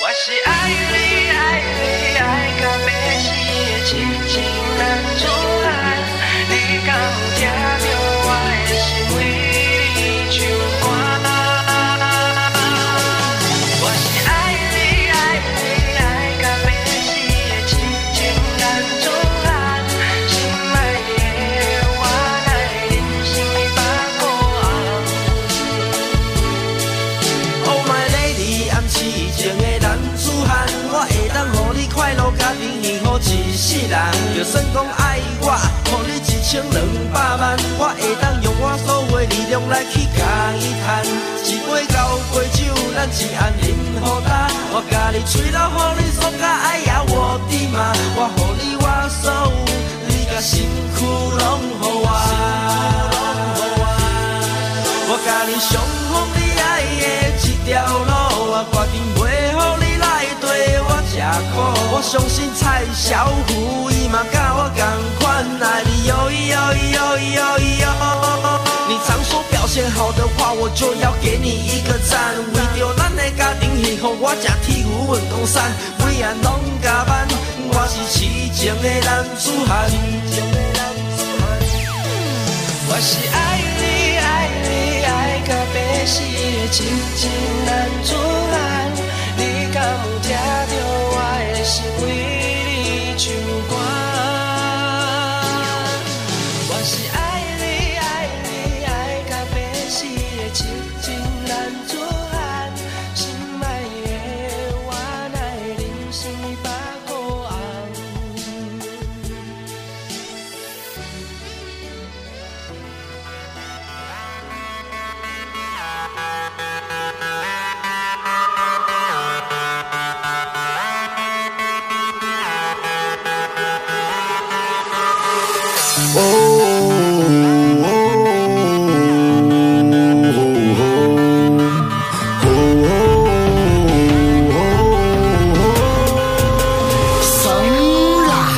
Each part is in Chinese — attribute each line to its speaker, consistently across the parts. Speaker 1: 我是爱你，爱你，爱到要死的痴情男子汉。你敢有听到我的心为你唱歌？我是爱你，爱你，爱到要死的痴情男子汉。心爱的我，咱的人生百苦红。
Speaker 2: Oh my lady，暗示情的男子汉，我会当予你快乐家庭幸福一世人。就算讲爱我，予你一千两百万，我会当用我所有的力量来去甲伊赚。一杯交杯酒，咱一暗饮予干，我甲你吹到予你爽甲爱呀我的妈，我予你我所有，你甲身躯拢予我。我甲你上好你爱的一条路，我决定袂予你来对我吃苦。我相信蔡小虎伊嘛甲我同款爱你哟哟哟哟哟。你常说表现好的话，我就要给你一个赞。为着咱的家庭幸福，我吃铁牛运动衫，每晚拢加班。我是痴情的男子汉。痴情的男子汉
Speaker 1: 我是爱你，爱你，爱到要死的痴情男子汉。你敢有听到我的心为你唱歌？我是爱你，爱你，爱到要死的痴情男子汉。心爱的我，咱的人生百苦红。
Speaker 3: 神啦！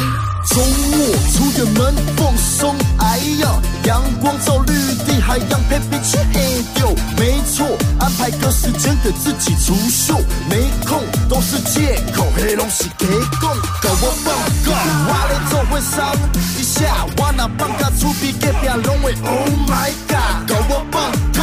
Speaker 3: 周末出远门放松，哎呀，阳光照绿地，海洋陪比去哎呦，没错，安排个时间给自己除锈，没空都是借口，黑龙是给供，搞我放假，我来做会伤一下，我那放假出比隔壁拢会，Oh my god，搞我放假，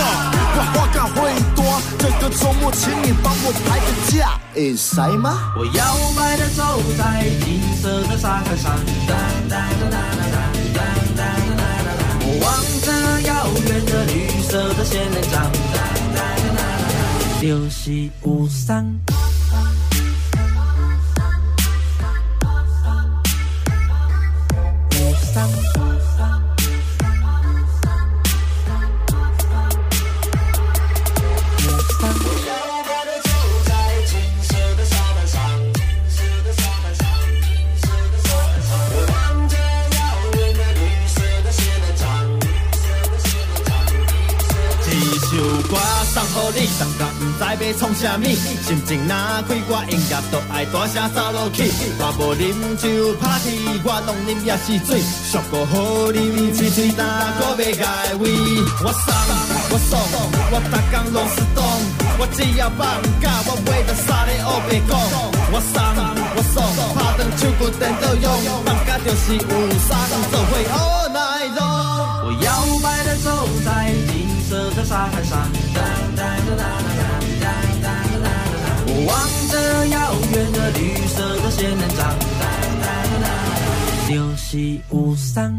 Speaker 3: 我放假会多，这个周末请你帮我排个假，哎，塞吗？
Speaker 2: 我摇摆的走在金色的沙滩上，哒哒哒哒哒哒哒哒哒哒哒。我望着遥远的绿色的仙人掌，哒哒哒哒哒，就是无伤。无伤。
Speaker 4: 一首歌送予你，送到不知要创啥物，心情若开我音乐都爱大声走落去。我无啉酒 party，我拢啉也是水，俗歌好啉，吹吹哪个袂解味？我送，我送，我逐工拢是动，我只要放假，我袂当三日乌白讲。我送，我送，拍断手骨颠倒用，放假就是有送，做伙 all night long。
Speaker 2: 我摇摆的走在金色的沙滩上，哒哒哒哒哒哒哒哒哒哒哒。我望着遥远的绿色的仙人掌，哒哒哒哒哒，就是无伤。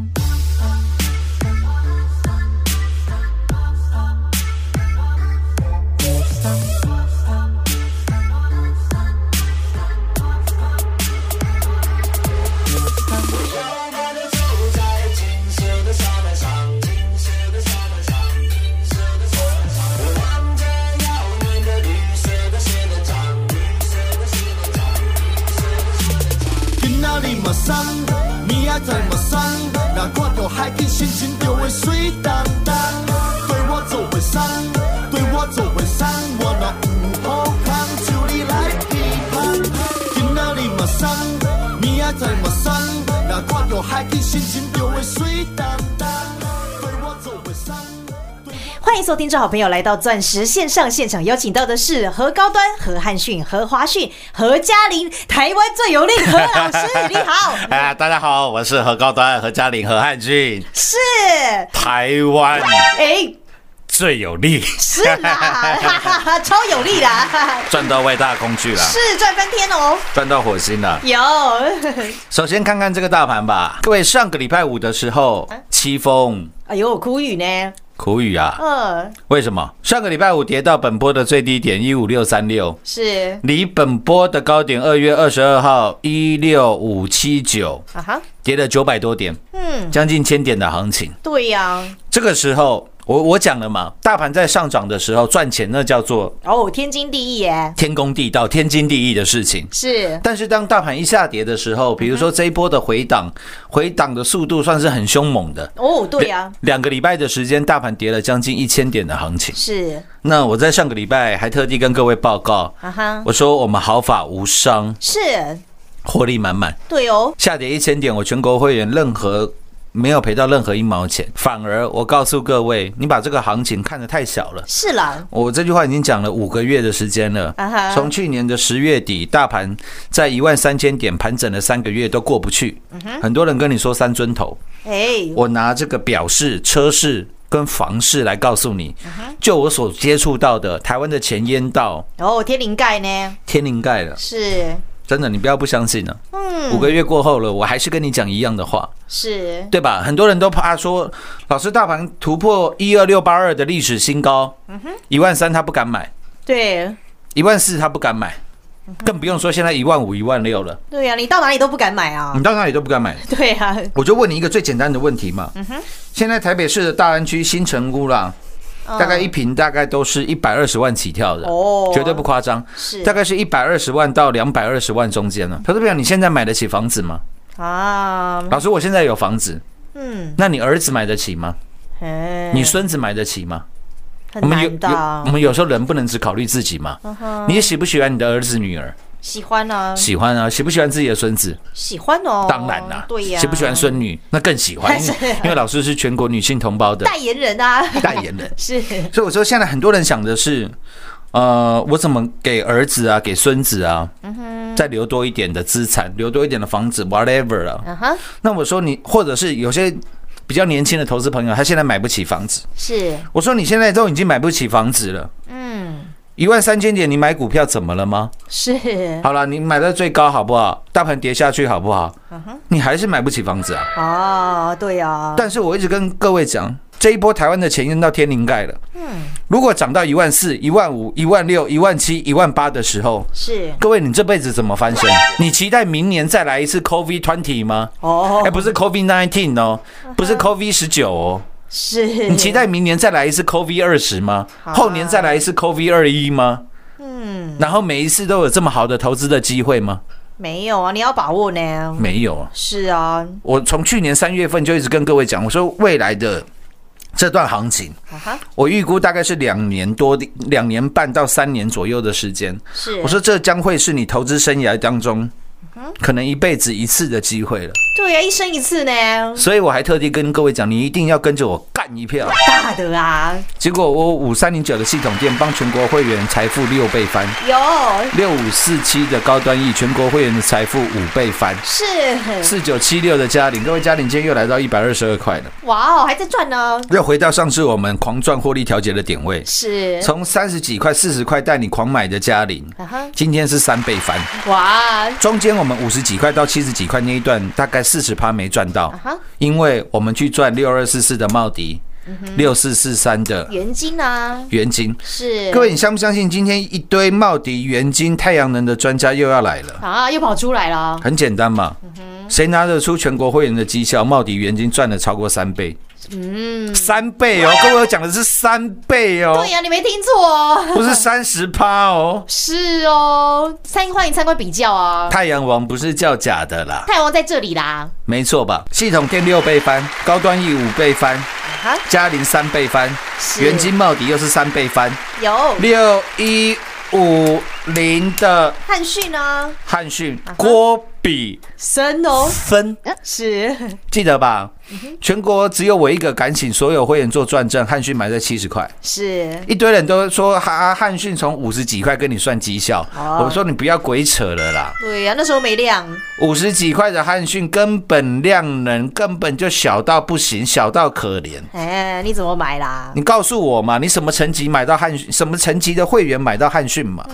Speaker 3: 送，你爱在莫送，若看到海景，心情就会水当当。对我做袂送，对我做袂送，我若有好康，就你来批判。今仔日莫送，明仔载莫送，若看到海景，心情就会水当当。对我做袂送。
Speaker 1: 欢迎收听，这好朋友来到钻石线上现场，邀请到的是何高端、何汉逊、何华逊、何嘉玲，台湾最有力何老师，你好，
Speaker 5: 哎，大家好，我是何高端、何嘉玲、何汉俊，
Speaker 1: 是，
Speaker 5: 台湾
Speaker 1: 哎，
Speaker 5: 最 有力，
Speaker 1: 是 啦，超有力啦，
Speaker 5: 赚到外大工具了，
Speaker 1: 是赚翻天哦，
Speaker 5: 赚到火星了。
Speaker 1: 有，
Speaker 5: 首先看看这个大盘吧，各位，上个礼拜五的时候，凄风
Speaker 1: 哎呦，苦雨呢，
Speaker 5: 苦雨啊，
Speaker 1: 嗯，
Speaker 5: 为什么？上个礼拜五跌到本波的最低点一五六三六，
Speaker 1: 是，
Speaker 5: 离本波的高点二月二十二号一六五七九，
Speaker 1: 啊哈，
Speaker 5: 跌了九百多点，
Speaker 1: 嗯，
Speaker 5: 将近千点的行情。
Speaker 1: 对呀，
Speaker 5: 这个时候，我我讲了嘛，大盘在上涨的时候赚钱，那叫做
Speaker 1: 哦，天经地义耶，
Speaker 5: 天公地道、天经地义的事情。
Speaker 1: 是，
Speaker 5: 但是当大盘一下跌的时候，比如说这一波的回档，回档的速度算是很凶猛的。
Speaker 1: 哦，对
Speaker 6: 啊
Speaker 1: 呀，
Speaker 5: 两个礼拜的时间，大盘跌了将近一千点的行情。
Speaker 1: 是，
Speaker 5: 那我在上个礼拜还特地跟各位报告，
Speaker 1: 啊哈，
Speaker 5: 我说我们毫发无伤，
Speaker 1: 是，
Speaker 5: 获利满满。
Speaker 1: 对哦，
Speaker 5: 下跌一千点，我全国会员任何没有赔到任何一毛钱，反而我告诉各位，你把这个行情看得太小了。
Speaker 1: 是啦，
Speaker 5: 我这句话已经讲了五个月的时间了
Speaker 1: 啊哈，
Speaker 5: 从去年的十月底，大盘在一万三千点盘整了三个月都过不去，
Speaker 1: 嗯
Speaker 5: 很多人跟你说三尊头，
Speaker 1: 哎，
Speaker 5: 我拿这个表示车市。跟房市来告诉你，
Speaker 1: 嗯
Speaker 5: 就我所接触到的，台湾的前烟道
Speaker 1: 哦，天灵盖呢，
Speaker 5: 天灵盖了，
Speaker 1: 是，
Speaker 5: 真的，你不要不相信呢、啊
Speaker 1: 嗯
Speaker 5: 五个月过后了，我还是跟你讲一样的话，
Speaker 1: 是，
Speaker 5: 对吧？很多人都怕说，老师大盘突破一二六八二的历史新高，
Speaker 1: 嗯
Speaker 5: 一万三他不敢买，
Speaker 1: 对，
Speaker 5: 一万四他不敢买，更不用说现在一万五、一万六了，
Speaker 1: 嗯对呀、你到哪里都不敢买啊
Speaker 5: 你。到哪里都不敢买。
Speaker 1: 对嗯啊，
Speaker 5: 我就问你一个最简单的问题嘛，现在台北市的大安区新城屋啦，大概一平大概都是一百二十万起跳
Speaker 1: 嗯
Speaker 5: 的，
Speaker 1: 哦
Speaker 5: 绝对不夸张，
Speaker 1: 是
Speaker 5: 大概是一百二十万到两百二十万中间了。投资朋友，你现在买得起房子吗？
Speaker 1: 啊，
Speaker 5: 老师，我现在有房子，
Speaker 1: 嗯，
Speaker 5: 那你儿子买得起吗？
Speaker 1: 哎，
Speaker 5: 你孙子买得起吗？
Speaker 1: 很难
Speaker 5: 有有
Speaker 1: 的嗯
Speaker 5: 我，们有时候人不能只考虑自己嘛。你喜不喜欢你的儿子女儿？
Speaker 1: 喜欢啊，
Speaker 5: 喜欢啊，喜不喜欢自己的孙子？
Speaker 1: 喜欢哦，
Speaker 5: 当然啦，
Speaker 1: 对呀、
Speaker 5: 谁不喜欢孙女？那更喜欢，因为
Speaker 1: 是啊
Speaker 5: 因为老师是全国女性同胞的
Speaker 1: 代言 人啊？，
Speaker 5: 代言人
Speaker 1: 是，
Speaker 5: 所以我说现在很多人想的是，呃，我怎么给儿子啊，给孙子啊，
Speaker 1: 嗯
Speaker 5: 再留多一点的资产，留多一点的房子，whatever 了、
Speaker 1: 啊哈，
Speaker 5: 那我说你，或者是有些比较年轻的投资朋友，他现在买不起房子，
Speaker 1: 是，
Speaker 5: 我说你现在都已经买不起房子了，
Speaker 1: 嗯，
Speaker 5: 一万三千点你买股票怎么了吗？
Speaker 1: 是，
Speaker 5: 好了，你买到最高好不好？大盘跌下去好不好？
Speaker 1: 嗯
Speaker 5: 你还是买不起房子啊？
Speaker 1: 哦，对呀、啊，
Speaker 5: 但是我一直跟各位讲，这一波台湾的钱扔到天灵盖了。嗯，如果涨到一万四、一万五、一万六、一万七、一万八的时候，
Speaker 1: 是，
Speaker 5: 各位你这辈子怎么翻身？你期待明年再来一次 COVID twenty 吗？
Speaker 1: 哦
Speaker 5: 哎、，不是 COVID nineteen 哦，不是 COVID 十九哦，
Speaker 1: 是，
Speaker 5: 你期待明年再来一次 COVID 二十吗？后年再来一次 COVID 二一吗？嗯，然后每一次都有这么好的投资的机会吗？
Speaker 1: 没有啊？你要把握呢。
Speaker 5: 没有啊。
Speaker 1: 是啊，
Speaker 5: 我从去年三月份就一直跟各位讲，我说未来的这段行情，
Speaker 1: 啊哈，
Speaker 5: 我预估大概是两年多的、两年半到三年左右的时间。
Speaker 1: 是，嗯
Speaker 5: 我说这将会是你投资生涯当中可能一辈子一次的机会了。
Speaker 1: 对呀、
Speaker 6: 啊
Speaker 1: 一生一次呢，
Speaker 5: 所以我还特地跟各位讲，你一定要跟着我干一票。
Speaker 1: 大的啊，
Speaker 5: 结果我五三零九的系统店帮全国会员财富六倍翻，
Speaker 1: 有
Speaker 5: 六五四七的高端 E 全国会员的财富五倍翻，
Speaker 1: 是，
Speaker 5: 四九七六的嘉玲，各位嘉玲今天又来到一百二十二块了。
Speaker 1: 哇哦，还在赚呢，
Speaker 5: 又回到上次我们狂赚获利调节的点位，
Speaker 1: 是，
Speaker 5: 从三十几块、四十块带你狂买的嘉玲，
Speaker 1: 啊哈，
Speaker 5: 今天是三倍翻。
Speaker 1: 哇，
Speaker 5: 中间我们五十几块到七十几块那一段，大概四十趴没赚到
Speaker 1: 啊哈，
Speaker 5: 因为我们去赚六二四四的茂迪，六四四三的
Speaker 1: 原金啊，
Speaker 5: 元金。
Speaker 1: 是，
Speaker 5: 各位，你相不相信今天一堆茂迪、元金、太阳能的专家又要来了？
Speaker 1: 啊，又跑出来 了，嗯
Speaker 5: 很简单嘛，谁拿得出全国会员的绩效？茂迪、元金赚了超过三倍，嗯，三倍哦，各位我讲的是三倍哦
Speaker 1: 哎
Speaker 3: 对，呀、你没听错
Speaker 1: 啊
Speaker 3: 哦，
Speaker 5: 不是三十趴哦。
Speaker 3: 是哦，参欢迎参观比较啊。
Speaker 5: 太阳王不是叫假的啦，
Speaker 3: 太阳王在这里啦，
Speaker 5: 没错吧？系统电六倍翻，高端 E 五倍翻
Speaker 6: 啊
Speaker 3: 哈，
Speaker 5: 嘉陵三倍翻，
Speaker 3: 是
Speaker 5: 元金茂迪又是三倍翻，
Speaker 6: 有
Speaker 5: 六一五零的
Speaker 6: 汉逊啊，
Speaker 5: 汉逊郭比
Speaker 6: 神哦，
Speaker 5: 分。
Speaker 6: 是
Speaker 5: 记得吧？
Speaker 6: 嗯
Speaker 5: 全国只有我一个敢请所有会员做转正，汉逊买在七十块，
Speaker 6: 是，
Speaker 5: 一堆人都说哈汉逊从五十几块跟你算绩效，
Speaker 6: 哦
Speaker 5: 我说你不要鬼扯了啦，
Speaker 6: 对呀、那时候没量，
Speaker 5: 五十几块的汉逊根本量能根本就小到不行，小到可怜。
Speaker 6: 哎，你怎么买啦？
Speaker 5: 你告诉我嘛，你什么层级买到汉逊，什么层级的会员买到汉逊嘛？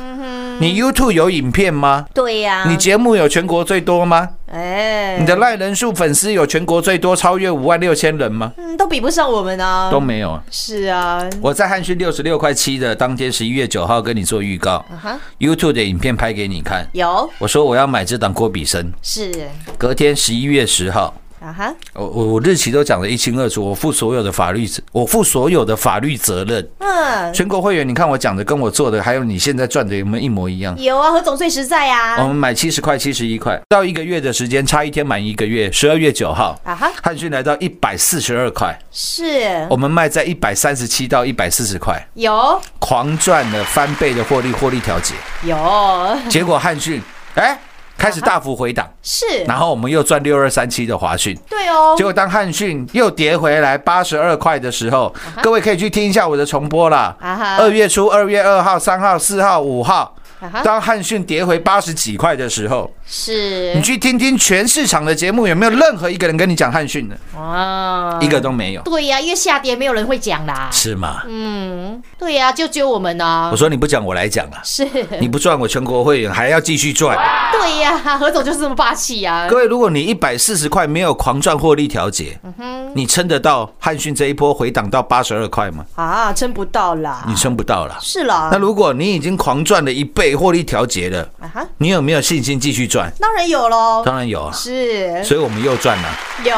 Speaker 5: 你 YouTube 有影片吗？
Speaker 6: 对呀、
Speaker 5: 你节目有全国最多吗？
Speaker 6: 哎，
Speaker 5: 你的赖人数粉丝有全国最多超越五万六千人吗？
Speaker 6: 嗯都比不上我们啊，
Speaker 5: 都没有啊。
Speaker 6: 是啊，
Speaker 5: 我在汉讯六十六块七的当天，十一月九号跟你做预告、
Speaker 1: 嗯啊
Speaker 3: 哈
Speaker 5: y o u t u b e 的影片拍给你看。
Speaker 6: 有
Speaker 5: 我说我要买这档郭比生，
Speaker 6: 是
Speaker 5: 隔天十一月十号，
Speaker 6: 啊哈，
Speaker 5: 我我我日期都讲得一清二楚，我负所有的法律责，我负所有的法律责任。
Speaker 6: 嗯，
Speaker 5: 全国会员，你看我讲的跟我做的，还有你现在赚的有没有一模一样？
Speaker 6: 有啊，何总最实在
Speaker 5: 我
Speaker 1: 哦
Speaker 6: 啊，
Speaker 5: 们买七十块、七十一块，到一个月的时间，差一天满一个月，十二月九号，
Speaker 6: 啊哈，嗯
Speaker 5: 汉讯来到一百四十二块，
Speaker 6: 是
Speaker 5: 我们卖在一百三十七到一百四十块，
Speaker 6: 有
Speaker 5: 狂赚了翻倍的获利，获利调节。
Speaker 6: 有
Speaker 5: 结果汉讯哎开始大幅回
Speaker 6: 啊
Speaker 5: 档，
Speaker 6: 是，
Speaker 5: 然后我们又赚六二三七的华讯。
Speaker 6: 对哦
Speaker 5: 结，果当汉讯又跌回来八十二块的时候，各位可以去听一下我的重播啦
Speaker 6: 啊哈。
Speaker 5: 二月初、二月二号、三号、四号、五号
Speaker 6: 啊哈，
Speaker 5: 当汉讯跌回八十几块的时候，你
Speaker 3: 是
Speaker 5: 去听听全市场的节目，有没有任何一个人跟你讲汉讯的？
Speaker 3: 哇，
Speaker 6: 哦
Speaker 5: 一个都没有，
Speaker 3: 对呀、因为下跌没有人会讲啦。
Speaker 5: 是吗？
Speaker 3: 嗯，对呀、就只有我们啊
Speaker 5: 我。说你不讲，我来讲啊。
Speaker 3: 是，
Speaker 5: 你不赚，我全国会员还要继续赚。
Speaker 3: 对呀、何总就是这么霸气啊呀、
Speaker 5: 各位，如果你一百四十块没有狂赚获利调节，
Speaker 6: 嗯
Speaker 5: 你撑得到汉讯这一波回档到八十二块吗？
Speaker 6: 啊，撑不到啦，
Speaker 5: 你撑不到了。
Speaker 6: 是啦
Speaker 5: 啊那，如果你已经狂赚了一倍获利调节了，
Speaker 6: 啊哈，
Speaker 5: 你有没有信心继续赚？
Speaker 6: 当然有喽，
Speaker 5: 当然有啊，
Speaker 6: 是
Speaker 5: 所以我们又赚了。
Speaker 6: 有，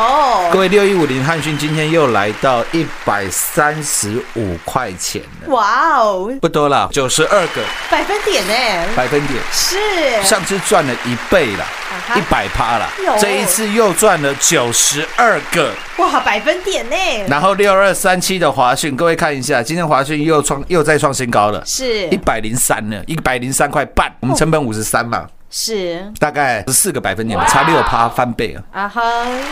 Speaker 5: 各位，六一五零汉讯今天又来到一百三十五块钱了，
Speaker 6: 哇哦，
Speaker 5: 不多了，九十二个
Speaker 6: 百分点呢、
Speaker 5: 百分点，
Speaker 6: 是
Speaker 5: 上次赚了一倍了，
Speaker 6: 哈
Speaker 5: 一百趴了
Speaker 6: 有，欸
Speaker 5: 这一次又赚了九十二个。
Speaker 6: 哇，百分点呢、
Speaker 5: 然后六二三七的华讯，各位看一下，今天华讯又创又再创新高了，
Speaker 6: 是
Speaker 5: 一百零三了，一百零三块半，我们成本五十三嘛，
Speaker 6: 是
Speaker 5: 大概十四个百分点，差六趴翻倍啊！
Speaker 6: 啊哈，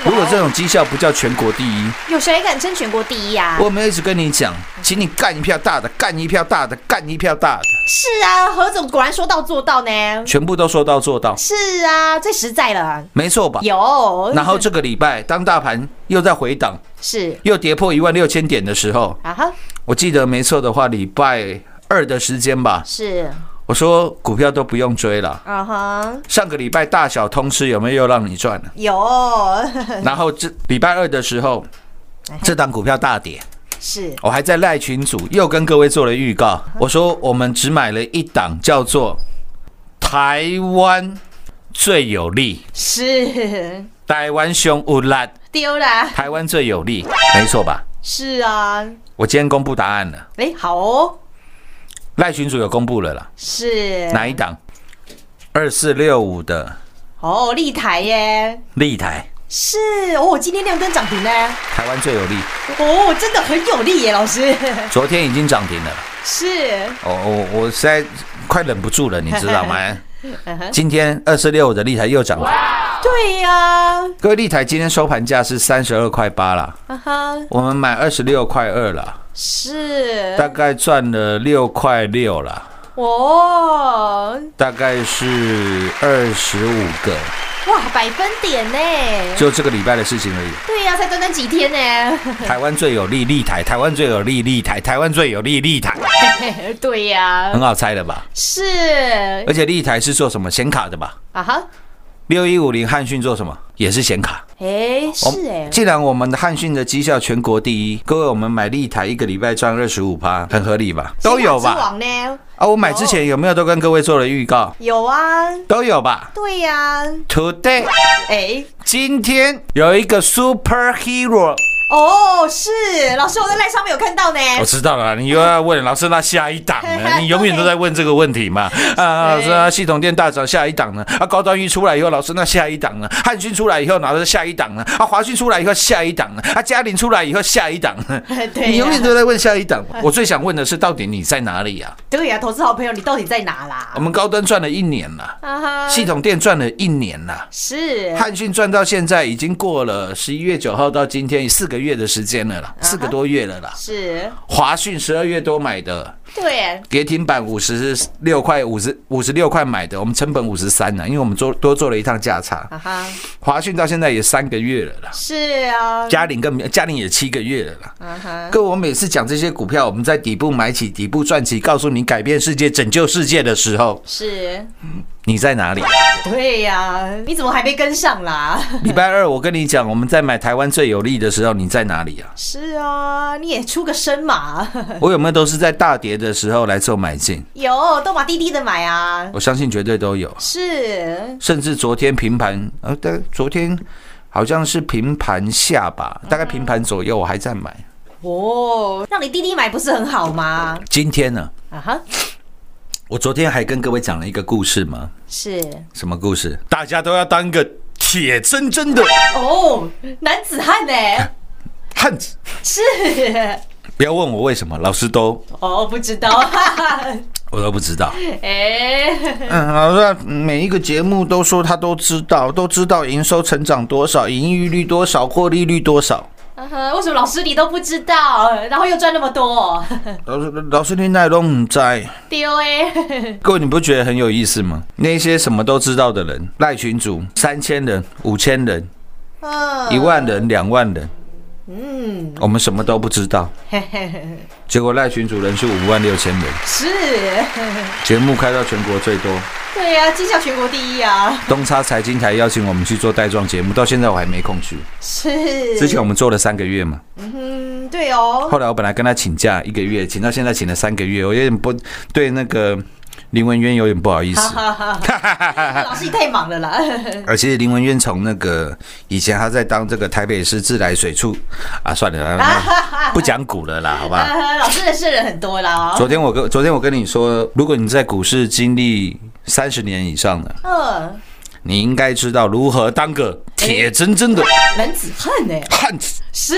Speaker 5: 如果这种绩效不叫全国第一，
Speaker 6: 有谁敢争全国第一啊？
Speaker 5: 我们一直跟你讲，请你干一票大的，干一票大的，干一票大的，
Speaker 6: 是啊，何总果然说到做到呢，
Speaker 5: 全部都说到做到，
Speaker 6: 是啊，最实在了，
Speaker 5: 没错吧？
Speaker 6: 有，
Speaker 5: 然后这个礼拜，当大盘又在回档，
Speaker 6: 是
Speaker 5: 又跌破一万六千点的时候，
Speaker 6: 啊哈，
Speaker 5: 我记得没错的话，礼拜二的时间吧，
Speaker 6: 是
Speaker 5: 我说股票都不用追了。
Speaker 6: 啊哈，
Speaker 5: 上个礼拜大小通吃有没有让你赚了？
Speaker 6: 有，
Speaker 5: 然后这礼拜二的时候，这档股票大跌，
Speaker 6: 是
Speaker 5: 我还在赖群组又跟各位做了预告，我说我们只买了一档叫做台湾最有利，
Speaker 6: 是
Speaker 5: 台湾凶乌拉，
Speaker 6: 丢啦，
Speaker 5: 台湾最有利，没错吧？
Speaker 6: 是啊，
Speaker 5: 我今天公布答案了，
Speaker 6: 哎，好哦，
Speaker 5: 赖群组有公布了啦，
Speaker 6: 是
Speaker 5: 哪一档？二四六五的
Speaker 6: 哦，立台耶，
Speaker 5: 立台，
Speaker 6: 是哦，今天亮灯涨停呢，
Speaker 5: 台湾最有利，
Speaker 6: 哦，真的很有力耶，老师
Speaker 5: 昨天已经涨停了。
Speaker 6: 是
Speaker 5: 我我我实在快忍不住了，你知道吗？
Speaker 6: 哼
Speaker 5: 今天二四六的立台又涨停，
Speaker 6: 对呀、啊，
Speaker 5: 各位立台今天收盘价是三十二块八啦，
Speaker 6: 哈，
Speaker 5: 我们买二十六块二啦，
Speaker 6: 是
Speaker 5: 大概赚了六块六啦，
Speaker 6: 哦，
Speaker 5: 大概是二十五个，
Speaker 6: 哇，百分点呢，
Speaker 5: 就这个礼拜的事情 而已。
Speaker 6: 对呀、才短短几天呢，
Speaker 5: 台湾最有利立台，台湾最有利立台，台湾最有利立台，
Speaker 6: 对呀、
Speaker 5: 很好猜的吧？
Speaker 6: 是
Speaker 5: 而且立台是做什么显卡的吧？
Speaker 6: 啊哈，
Speaker 5: 六一五零汉讯做什么？也是显卡。
Speaker 6: 哎，
Speaker 5: 我
Speaker 6: 是哎，
Speaker 5: 既然我们的汉讯的绩效全国第一，各位我们买立台一个礼拜赚二十五趴，很合理吧？
Speaker 6: 啊
Speaker 5: 都有
Speaker 6: 之
Speaker 5: 吧？
Speaker 6: 王呢，
Speaker 5: 啊，我买之前有没有都跟各位做了预告？
Speaker 6: 有啊，
Speaker 5: 都有吧
Speaker 6: 对呀、
Speaker 5: ？Today，
Speaker 6: 哎，
Speaker 5: 今天有一个 superhero
Speaker 6: 哦，是老师，我在赖上面有看到呢。
Speaker 5: 我知道了，你又要问老师，那下一档 呢？你永远都在问这个问题嘛？啊，老师，那系统店大涨，下一档呢？啊，高端一出来以后，老师那下一档呢？汉讯出来以后，老师下一档呢？啊，华讯出来以后，下一档呢？啊，嘉玲出来以后，下一档呢？
Speaker 6: 对啊呀
Speaker 5: 你永远都在问下一档。 我最想问的是，到底你在哪里呀、啊
Speaker 6: 对呀、投资好朋友，你到底在哪啦
Speaker 5: 我？们高端赚了一年了，
Speaker 6: 啊哈，
Speaker 5: 系统店赚了一年了。
Speaker 6: 是
Speaker 5: 汉讯赚到现在已经过了十一月九号到今天四个月的时间了啦，
Speaker 6: 啊
Speaker 5: 四个多月了啦。
Speaker 6: 是，
Speaker 5: 华讯十二月多买的，
Speaker 6: 对，
Speaker 5: 跌停板五十六块五十五十六块买的，我们成本五十三呢，啊因为我们做多做了一趟价差。
Speaker 6: 啊哈，
Speaker 5: 华讯到现在也三个月了啦，
Speaker 6: 是啊，
Speaker 5: 嘉玲更嘉玲也七个月了啦。
Speaker 6: 啊哈，
Speaker 5: 各位，我每次讲这些股票，我们在底部买起，底部赚起，告诉你改变世界、拯救世界的时候，
Speaker 6: 是，
Speaker 5: 你在 哪里？
Speaker 6: 对呀、你怎么还没跟上啦？
Speaker 5: 礼拜二我跟你讲，我们在买台湾最有利的时候，你在哪里啊？
Speaker 6: 是啊，你也出个身嘛，
Speaker 5: 我有没有都是在大跌的时候来做买进？
Speaker 6: 有都把滴滴的买啊，
Speaker 5: 我相信绝对都有，
Speaker 6: 是，
Speaker 5: 甚至昨天平盘，呃，但昨天好像是平盘下吧，
Speaker 6: 嗯
Speaker 5: 大概平盘左右，我还在买。
Speaker 6: 哦，让你滴滴买不是很好吗？
Speaker 5: 今天呢，
Speaker 6: 啊哈，
Speaker 5: 我昨天还跟各位讲了一个故事吗？
Speaker 6: 是，
Speaker 5: 什么故事？大家都要当个铁铮铮的
Speaker 6: 哦，男子汉呢、
Speaker 5: 汉子。
Speaker 6: 是，
Speaker 5: 不要问我为什么，老师都
Speaker 6: 哦，不知道，哈哈
Speaker 5: 我都不知道。
Speaker 6: 哎、
Speaker 5: 嗯，好像每一个节目都说他都知道，都知道营收成长多少，盈利率多少，获利率多少。
Speaker 6: 啊哈，为什么老师你都不知道，然后又赚那么多？
Speaker 5: 老师，老师，你那拢唔知？
Speaker 6: 丢 哎，
Speaker 5: 各位，你不觉得很有意思吗？那些什么都知道的人，赖群主三千人、五千人、
Speaker 6: 嗯，
Speaker 5: 一万人、两万人，嗯，我们什么都不 知道，
Speaker 6: 嘿嘿嘿
Speaker 5: 结果赖群主人数五万六千人，
Speaker 6: 是，
Speaker 5: 节目开到全国最多。
Speaker 6: 对呀、绩效全国第一啊，
Speaker 5: 东差财经台邀请我们去做带状节目，到现在我还没空去。
Speaker 6: 是，
Speaker 5: 之前我们做了三个月嘛，
Speaker 6: 嗯，对哦，
Speaker 5: 后来我本来跟他请假一个月，请到现在请了三个月，我有点不对那个林文渊有点不好 意思。
Speaker 6: 哈哈
Speaker 3: 哎
Speaker 6: 哈，老师你太忙了 啦，
Speaker 5: 而且林文渊从那个以前他在当这个台北市自来水处啊，算了啦，不讲股了啦，好吧。
Speaker 6: 啊老师认识的人很多啦、
Speaker 5: 昨
Speaker 6: 哦，
Speaker 5: 天我跟昨天我跟你说，如果你在股市经历三十年以上的，
Speaker 6: 嗯，
Speaker 5: 你应该知道如何当个铁铮铮的
Speaker 6: 男子欸汉呢、
Speaker 5: 汉子。
Speaker 6: 是，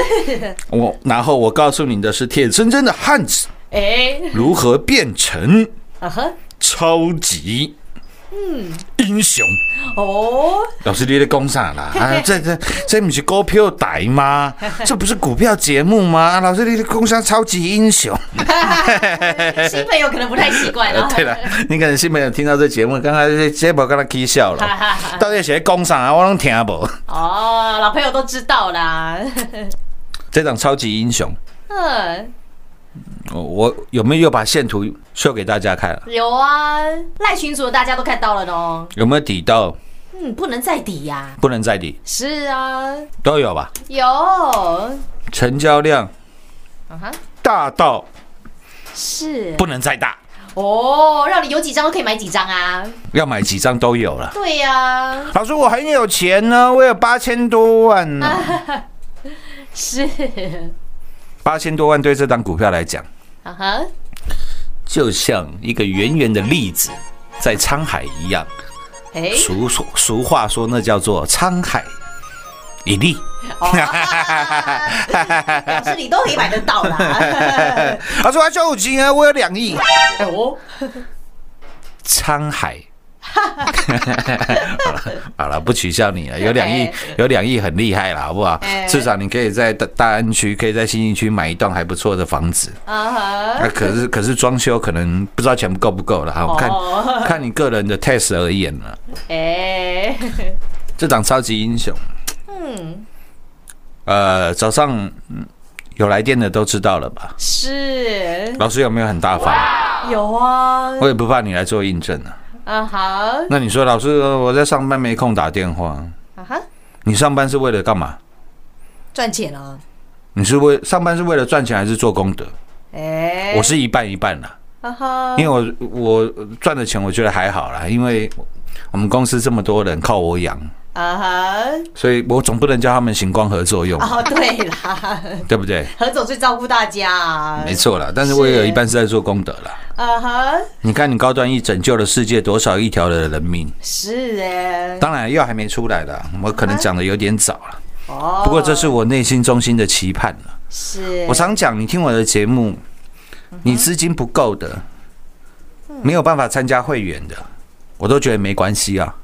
Speaker 5: 我然后我告诉你的是，铁铮铮的汉子
Speaker 6: 哎、
Speaker 5: 如何变成
Speaker 6: 啊哈，
Speaker 5: 超级嗯英雄。
Speaker 6: 哦，
Speaker 5: 老师，你在讲啥 啦？啊，这这这不是股票台吗？这不是股票节目吗？啊，老师，你在讲啥超级 英雄？
Speaker 6: 新朋友可能不太习惯
Speaker 5: 呃
Speaker 6: 啊，
Speaker 5: 对了，你可能新朋友听到这节目，刚才这节目跟他起笑
Speaker 6: 哈
Speaker 5: 了。
Speaker 6: 哈哈，
Speaker 5: 到底是在讲啥啊？我拢听无。
Speaker 6: 哦，老朋友都知道啦，
Speaker 5: 这档超级英雄，
Speaker 6: 嗯，
Speaker 5: 我哦我有没有把线图秀给大家看了？
Speaker 6: 有啊，赖群主的大家都看到了呢，
Speaker 5: 有没有抵到
Speaker 6: 嗯，不能再抵呀、
Speaker 5: 不能再抵？
Speaker 6: 是啊，
Speaker 5: 都有吧？
Speaker 6: 有，啊
Speaker 5: 成交量
Speaker 6: 哈，
Speaker 5: 大到
Speaker 6: 是
Speaker 5: 不能再大，
Speaker 6: 哦，让你有几张都可以买几张啊，
Speaker 5: 要买几张都有了。
Speaker 6: 对呀、
Speaker 5: 老师，我很有钱呢，我有八千多万呢。
Speaker 6: 是，
Speaker 5: 八千多万对这档股票来讲，
Speaker 6: 啊哈，
Speaker 5: 就像一个圆圆的粒子在沧海一样。
Speaker 6: 哎，
Speaker 5: 俗俗俗话说，那叫做沧海一粟。
Speaker 6: 哦表示你都可以买得到啦，
Speaker 5: 他说他就有钱啊，我有两亿。
Speaker 6: 哎哦，
Speaker 5: 沧海。 好了，好了，不取笑你了。有两亿
Speaker 6: 哎，
Speaker 5: 有两亿很厉害了，好不好
Speaker 6: 哎？
Speaker 5: 至少你可以在大大安区，可以在新义区买一栋还不错的房子。
Speaker 6: 啊哈
Speaker 5: 那，可是可是装修可能不知道钱够不够了哈，
Speaker 6: 哦
Speaker 5: 我看看你个人的 test 而言了。
Speaker 6: 哎，
Speaker 5: 这档超级英雄，
Speaker 6: 嗯，
Speaker 5: 呃，早上嗯有来电的都知道了吧？
Speaker 6: 是，
Speaker 5: 老师有没有很大方？
Speaker 6: 有啊，
Speaker 5: 我也不怕你来做印证啊。
Speaker 6: 啊哈，
Speaker 5: 那你说老师，呃我在上班没空打电话，
Speaker 6: 啊哈，
Speaker 5: 你上班是为了干嘛？
Speaker 6: 赚钱啊，
Speaker 5: 你是为上班是为了赚钱还是做功德？
Speaker 6: 哎，
Speaker 5: 我是一半一半啦、
Speaker 1: 呵呵
Speaker 5: 因为我我赚的钱我觉得还好啦，因为我们公司这么多人靠我养，
Speaker 1: 啊哈，
Speaker 5: 所以我总不能叫他们行光合作用，
Speaker 1: 哦对 啦，
Speaker 5: 对不对？
Speaker 1: 何总最照顾大家啊，
Speaker 5: 没错啦，但是我也有一半是在做功德啦。
Speaker 1: 啊哈，
Speaker 5: 你看，你高端一拯救了世界多少一条的人命？
Speaker 1: 是哎，
Speaker 5: 当然，药还没出来的，我可能讲的有点早了。
Speaker 1: 哦，
Speaker 5: 不过这是我内心中心的期盼了。
Speaker 1: 是
Speaker 5: 我常讲，你听我的节目，你资金不够的，没有办法参加会员的，我都觉得没关系啊。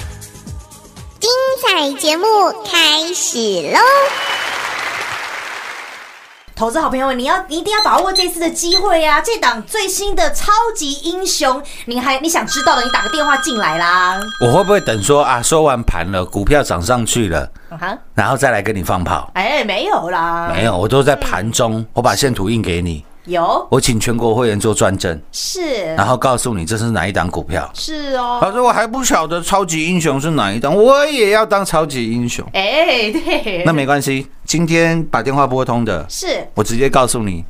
Speaker 6: 精彩节目开始喽！投资好朋友们，你要一定要把握这次的机会啊！这档最新的超级英雄，你还你想知道的，你打个电话进来啦。
Speaker 5: 我会不会等说啊，收完盘了，股票涨上去了，
Speaker 6: 啊哈，
Speaker 5: 然后再来跟你放炮？
Speaker 6: 哎，没有啦，
Speaker 5: 没有，我都在盘中，我把线图印给你，
Speaker 6: 有
Speaker 5: 我请全国会员做转正，
Speaker 6: 是
Speaker 5: 然后告诉你这是哪一档股票。
Speaker 6: 是哦，
Speaker 5: 他说我还不晓得超级英雄是哪一档，我也要当超级英雄。
Speaker 6: 哎，对，
Speaker 5: 那没关系，今天把电话拨通的，
Speaker 6: 是
Speaker 5: 我直接告诉你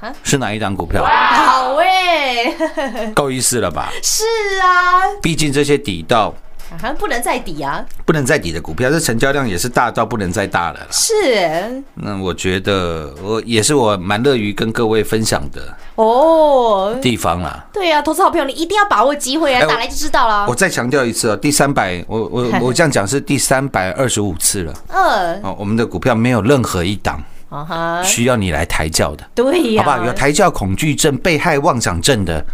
Speaker 6: 哈
Speaker 5: 是哪一档股票，
Speaker 6: 好哎，
Speaker 5: 够意思了吧？
Speaker 6: 是啊，
Speaker 5: 毕竟这些底到
Speaker 6: 啊哈，不能再抵啊，
Speaker 5: 不能再底的股票，这成交量也是大到不能再大了啦。
Speaker 6: 是
Speaker 5: 那我觉得我也是我蛮乐于跟各位分享的
Speaker 6: 哦，
Speaker 5: 地方啦。
Speaker 6: 对啊，投资好朋友，你一定要把握机会啊，
Speaker 5: 哎我
Speaker 6: 打来就知道啦
Speaker 5: 我。再强调一次哦，第三百，我 我我这样讲是第三百二十五次了
Speaker 6: 嗯，
Speaker 5: 哦。我们的股票没有任何一档
Speaker 6: 啊哈，
Speaker 5: 需要你来抬轿的，
Speaker 6: 对呀，
Speaker 5: 好不好？有抬轿恐惧症、被害妄想 症的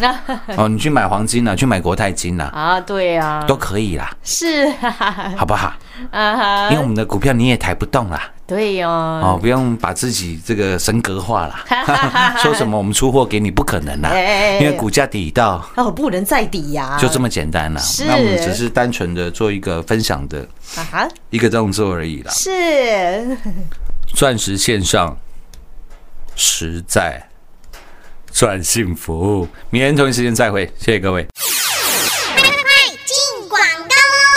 Speaker 5: 哦，你去买黄金啦，去买国泰金啦，
Speaker 6: 啊，对呀，
Speaker 5: 都可以啦，
Speaker 6: 是啊，
Speaker 5: 好不好？
Speaker 6: 啊哈，
Speaker 5: 因为我们的股票你也抬不动啦，
Speaker 6: 对呀，
Speaker 5: 哦，不用把自己这个神格化啦， 说什么我们出货给你不可能啦，
Speaker 6: 哎
Speaker 5: 因为股价底到。
Speaker 6: 哦，不能再抵呀，
Speaker 5: 就这么简单啦、
Speaker 6: 是
Speaker 5: 那我们只是单纯的做一个分享的
Speaker 6: 啊哈，
Speaker 5: 一个动作而已啦。
Speaker 6: 是
Speaker 5: 钻石线上，实在赚幸福。明天同一时间再会，谢谢各位。
Speaker 3: 进广告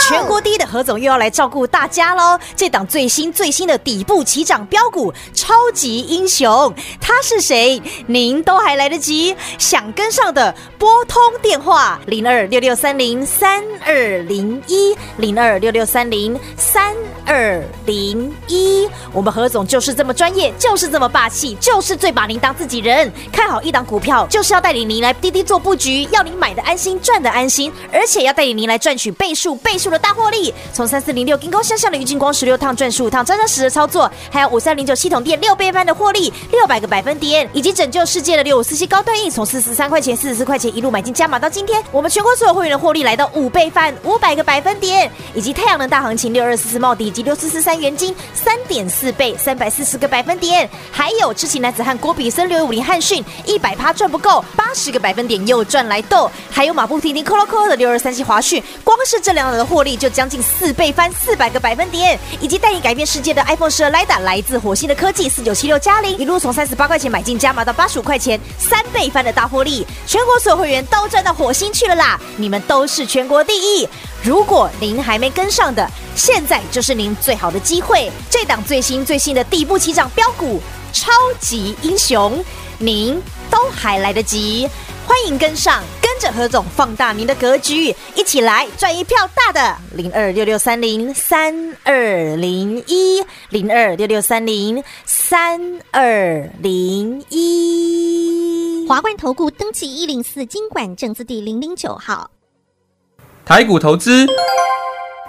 Speaker 6: 全国第一的何总又要来照顾大家喽！这档最新最新的底部起涨标股超级英雄，他是谁？您都还来得及，想跟上的拨通电话零二六六三零三二零一零二六六三零三二零一。我们何总就是这么专业，就是这么霸气，就是最把您当自己人。看好一档股票，就是要带领您来滴滴做布局，要您买的安心，赚的安心，而且要带领您来赚取倍数倍数的大获利。从三四零六金光向上的郁金光十六趟赚十五趟，扎扎实实的操作，还有五三零九系统店六倍翻的获利，六百个百分点，以及拯救世界的六五四七高端 E，从四十三块钱、四十四块钱一路买进加码到今天，我们全国所有会员的获利来到五倍翻，五百个百分点，以及太阳能大行情六二四四茂迪以及六四四三元金三点四倍，三百四十个百分点，还有痴情男子汉郭比森六五零汉逊一百趴赚不够，八十个百分点又赚来豆，还有马不停蹄扣扣扣的六二三七华讯，光是这两档的获利就将近四倍翻四百个百分点，以及带你改变世界的 iPhone 十二 Lida 来自火星的科技四九七六加零，一路从三十八块钱买进加码到八十五块钱，三倍翻的大获利，全国所有会员都赚到火星去了啦！你们都是全国第一。如果您还没跟上的，现在就是您最好的机会。这档最新最新的底部起涨标股超级英雄，您都还来得及，欢迎跟上，跟着何总放大您的格局，一起来赚一票大的零二六六三零三二零一零二六六三零三二零一。
Speaker 3: 华冠投顾登记一零四经管证字第零零九号。
Speaker 7: 台股投资，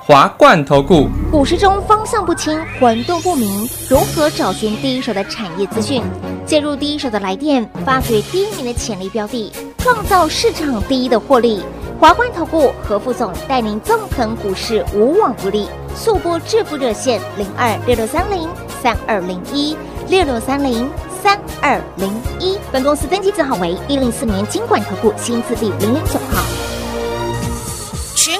Speaker 7: 华冠投顾。
Speaker 3: 股市中方向不清、混沌不明，如何找寻第一手的产业资讯？介入第一手的来电，发掘第一名的潜力标的，创造市场第一的获利。华冠投顾何副总带领纵横股市，无往不利。速播致富热线零二六六三零三二零一六六三零三二零一。本公司登记字号为一零四年经管投顾新字第零零九号。全